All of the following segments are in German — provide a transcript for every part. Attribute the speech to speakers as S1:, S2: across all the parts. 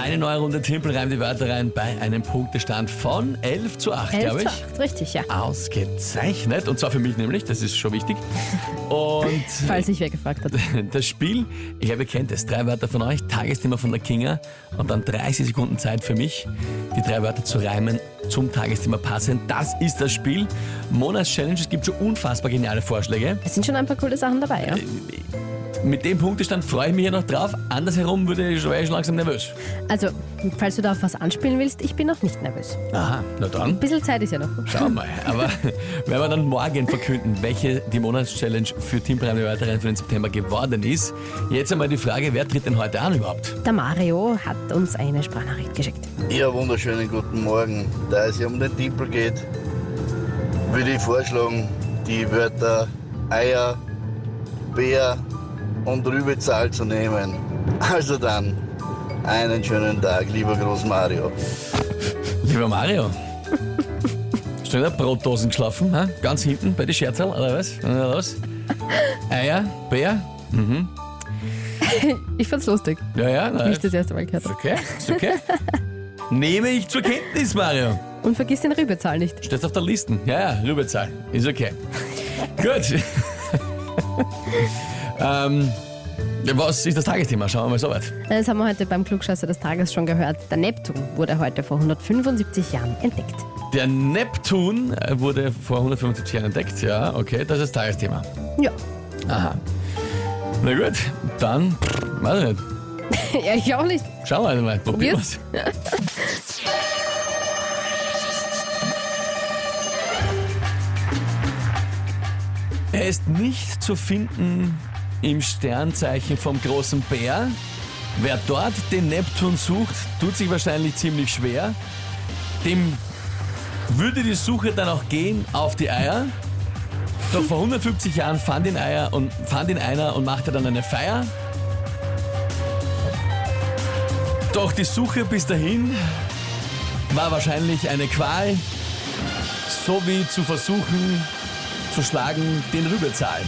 S1: Eine neue Runde Timpel reimt die Wörter rein bei einem Punktestand von 11 zu 8,
S2: Elf
S1: glaube
S2: zu
S1: ich.
S2: acht, richtig, ja.
S1: Ausgezeichnet. Und zwar für mich nämlich, das ist schon wichtig. Und
S2: Falls sich wer gefragt hat.
S1: das Spiel, ich habe ihr kennt es, drei Wörter von euch, Tagesthema von der Kinga und dann 30 Sekunden Zeit für mich, die drei Wörter zu reimen zum Tagesthema passend. Das ist das Spiel. Monatschallenge, es gibt schon unfassbar geniale Vorschläge.
S2: Es sind schon ein paar coole Sachen dabei, ja.
S1: Äh. Mit dem Punktestand freue ich mich ja noch drauf. Andersherum würde ich wäre ich schon langsam nervös.
S2: Also, falls du da auf was anspielen willst, ich bin noch nicht nervös. Ein
S1: Aha, na dann.
S2: bisschen Zeit ist ja noch.
S1: Schauen wir mal. Aber wenn wir dann morgen verkünden, welche die Monatschallenge für Team Prime weiterhin für den September geworden ist, jetzt einmal die Frage, wer tritt denn heute an überhaupt?
S2: Der Mario hat uns eine Sprachnachricht geschickt.
S3: Ja, wunderschönen guten Morgen. Da es ja um den Timpel geht, würde ich vorschlagen, die Wörter Eier, Bär und Rübezahl zu nehmen. Also dann, einen schönen Tag, lieber Groß Mario.
S1: Lieber Mario. Hast du in der Brotdosen geschlafen? Ha? Ganz hinten bei den Scherzerl, oder was? Oder was? Eier, Bär?
S2: Ich fand's lustig,
S1: Ja, ja. Na,
S2: wie ich das erste Mal gehört
S1: ist
S2: habe.
S1: okay, ist okay. Nehme ich zur Kenntnis, Mario.
S2: Und vergiss den Rübezahl nicht.
S1: Steht auf der Liste. Ja, ja, Rübezahl. Ist okay. Gut. ähm, was ist das Tagesthema? Schauen wir mal so weit.
S2: Das haben wir heute beim Klugscheißer des Tages schon gehört. Der Neptun wurde heute vor 175 Jahren entdeckt.
S1: Der Neptun äh, wurde vor 175 Jahren entdeckt. Ja, okay, das ist das Tagesthema.
S2: Ja,
S1: Aha. Na gut, dann, pff, weiß ich nicht.
S2: ja ich auch nicht.
S1: Schauen wir einfach mal. Probieren
S2: Probier's.
S1: wir's. Er ist nicht zu finden im Sternzeichen vom großen Bär. Wer dort den Neptun sucht, tut sich wahrscheinlich ziemlich schwer. Dem würde die Suche dann auch gehen auf die Eier. Doch vor 150 Jahren fand ihn, Eier und, fand ihn einer und machte dann eine Feier. Doch die Suche bis dahin war wahrscheinlich eine Qual, so wie zu versuchen, zu schlagen den Rübezahl.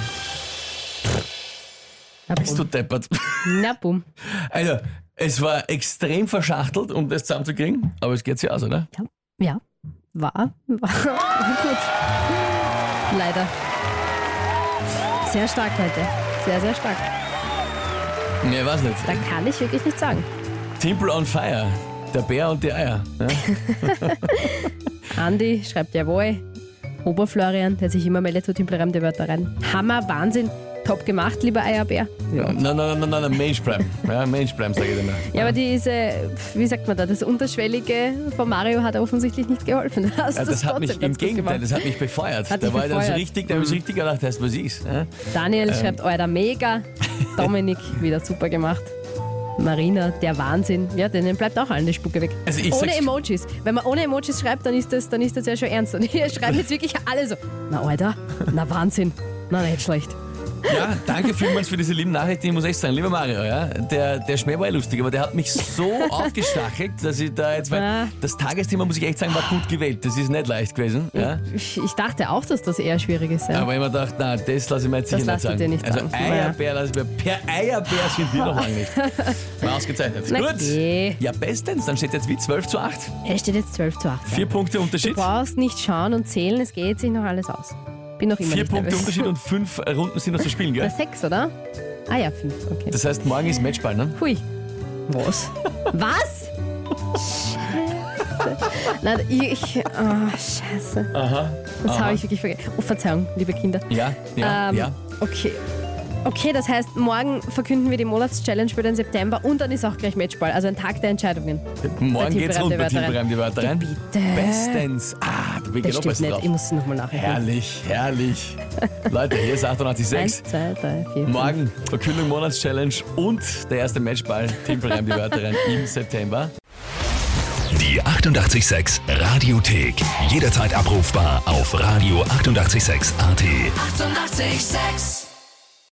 S2: Na
S1: Bist du
S2: bumm.
S1: deppert.
S2: Na bumm.
S1: Also, es war extrem verschachtelt, um das zusammenzukriegen, aber es geht sich aus, oder?
S2: Ja, ja. War. War gut. Leider. Sehr stark heute. Sehr, sehr stark.
S1: Nee, weiß nicht.
S2: Da kann ich wirklich nichts sagen.
S1: Temple on Fire. Der Bär und die Eier. Ja?
S2: Andi schreibt jawohl. Oberflorian, der sich immer meldet, tut ihm die Wörter rein. Hammer, Wahnsinn. Top gemacht, lieber Eierbär.
S1: Nein, nein, nein, nein, nein, Mensch bleiben. Ja, Mensch bleiben, sage ich dir mal.
S2: Ja, aber diese, pf, wie sagt man da, das Unterschwellige von Mario hat offensichtlich nicht geholfen. Hast
S1: Ja, das,
S2: das
S1: hat mich,
S2: trotzdem
S1: im
S2: ganz gut
S1: Gegenteil,
S2: gemacht.
S1: das hat mich befeuert.
S2: Hat
S1: da
S2: dich
S1: war ich dann so
S2: befeuert. Mhm.
S1: richtig, da habe ich so richtig gedacht, heißt, was ist. Ja?
S2: Daniel
S1: Ähm.
S2: schreibt, euer Mega. Dominik, wieder super gemacht. Marina, der Wahnsinn. Ja, denen bleibt auch allen die Spucke weg.
S1: Also ich
S2: ohne
S1: sag's-
S2: Emojis. Wenn man ohne Emojis schreibt, dann ist das, dann ist das ja schon ernst. Und hier schreiben jetzt wirklich alle so, na Alter, na Wahnsinn, na nicht schlecht.
S1: Ja, danke vielmals für diese lieben Nachrichten. Ich muss echt sagen, lieber Mario, ja, der, der Schmäh war ja lustig, aber der hat mich so aufgestachelt, dass ich da jetzt,
S2: Ah.
S1: weil das Tagesthema, muss ich echt sagen, war gut gewählt. Das ist nicht leicht gewesen. Ja.
S2: Ich ich dachte auch, dass das eher schwierig ist. Ja.
S1: Aber ich mir gedacht, na, das lasse ich mir jetzt
S2: Das
S1: sicher nicht
S2: lass ich
S1: sagen.
S2: dir nicht
S1: also
S2: sagen.
S1: Eierbär, lass ich mir, per Eierbär sind wir noch lange nicht. War ausgezeichnet.
S2: Na
S1: gut.
S2: geh.
S1: Ja, bestens. Dann steht jetzt wie 12 zu 8.
S2: Es steht jetzt 12 zu 8.
S1: Vier Punkte
S2: Du
S1: Unterschied.
S2: brauchst nicht schauen und zählen, es geht sich noch alles aus. Bin noch immer
S1: Vier
S2: nicht
S1: Punkte
S2: nervös.
S1: Unterschied und fünf Runden sind noch zu spielen,
S2: Na,
S1: gell?
S2: sechs, oder? Ah ja, fünf, okay.
S1: Das heißt, morgen ist Matchball, ne?
S2: Hui. Was? Was? Scheiße. Na, ich, ich- oh, scheiße.
S1: Aha.
S2: Das habe ich wirklich vergessen. Oh, Verzeihung, liebe Kinder.
S1: Ja, ja,
S2: Ähm,
S1: ja.
S2: Okay. Okay, das heißt, morgen verkünden wir die Monatschallenge für den September und dann ist auch gleich Matchball, also ein Tag der Entscheidungen.
S1: Morgen
S2: Bei
S1: geht's
S2: Timpel
S1: rund bei
S2: reimt die
S1: Timpel
S2: Wörter
S1: reimt die Wörter rein.
S2: Bitte.
S1: Bestens. Ah, da bin ich
S2: Das
S1: noch
S2: stimmt
S1: besser
S2: nicht, ich
S1: drauf.
S2: muss sie nochmal nachher.
S1: Herrlich, herrlich. Leute, hier ist
S2: 1,
S1: 886.
S2: 2, 3, 4.
S1: Morgen Verkündung Monatschallenge und der erste Matchball. Timpel reimt die Wörter rein im September.
S4: Die 886 Radiothek. Jederzeit abrufbar auf radio886.at. 886!
S5: 886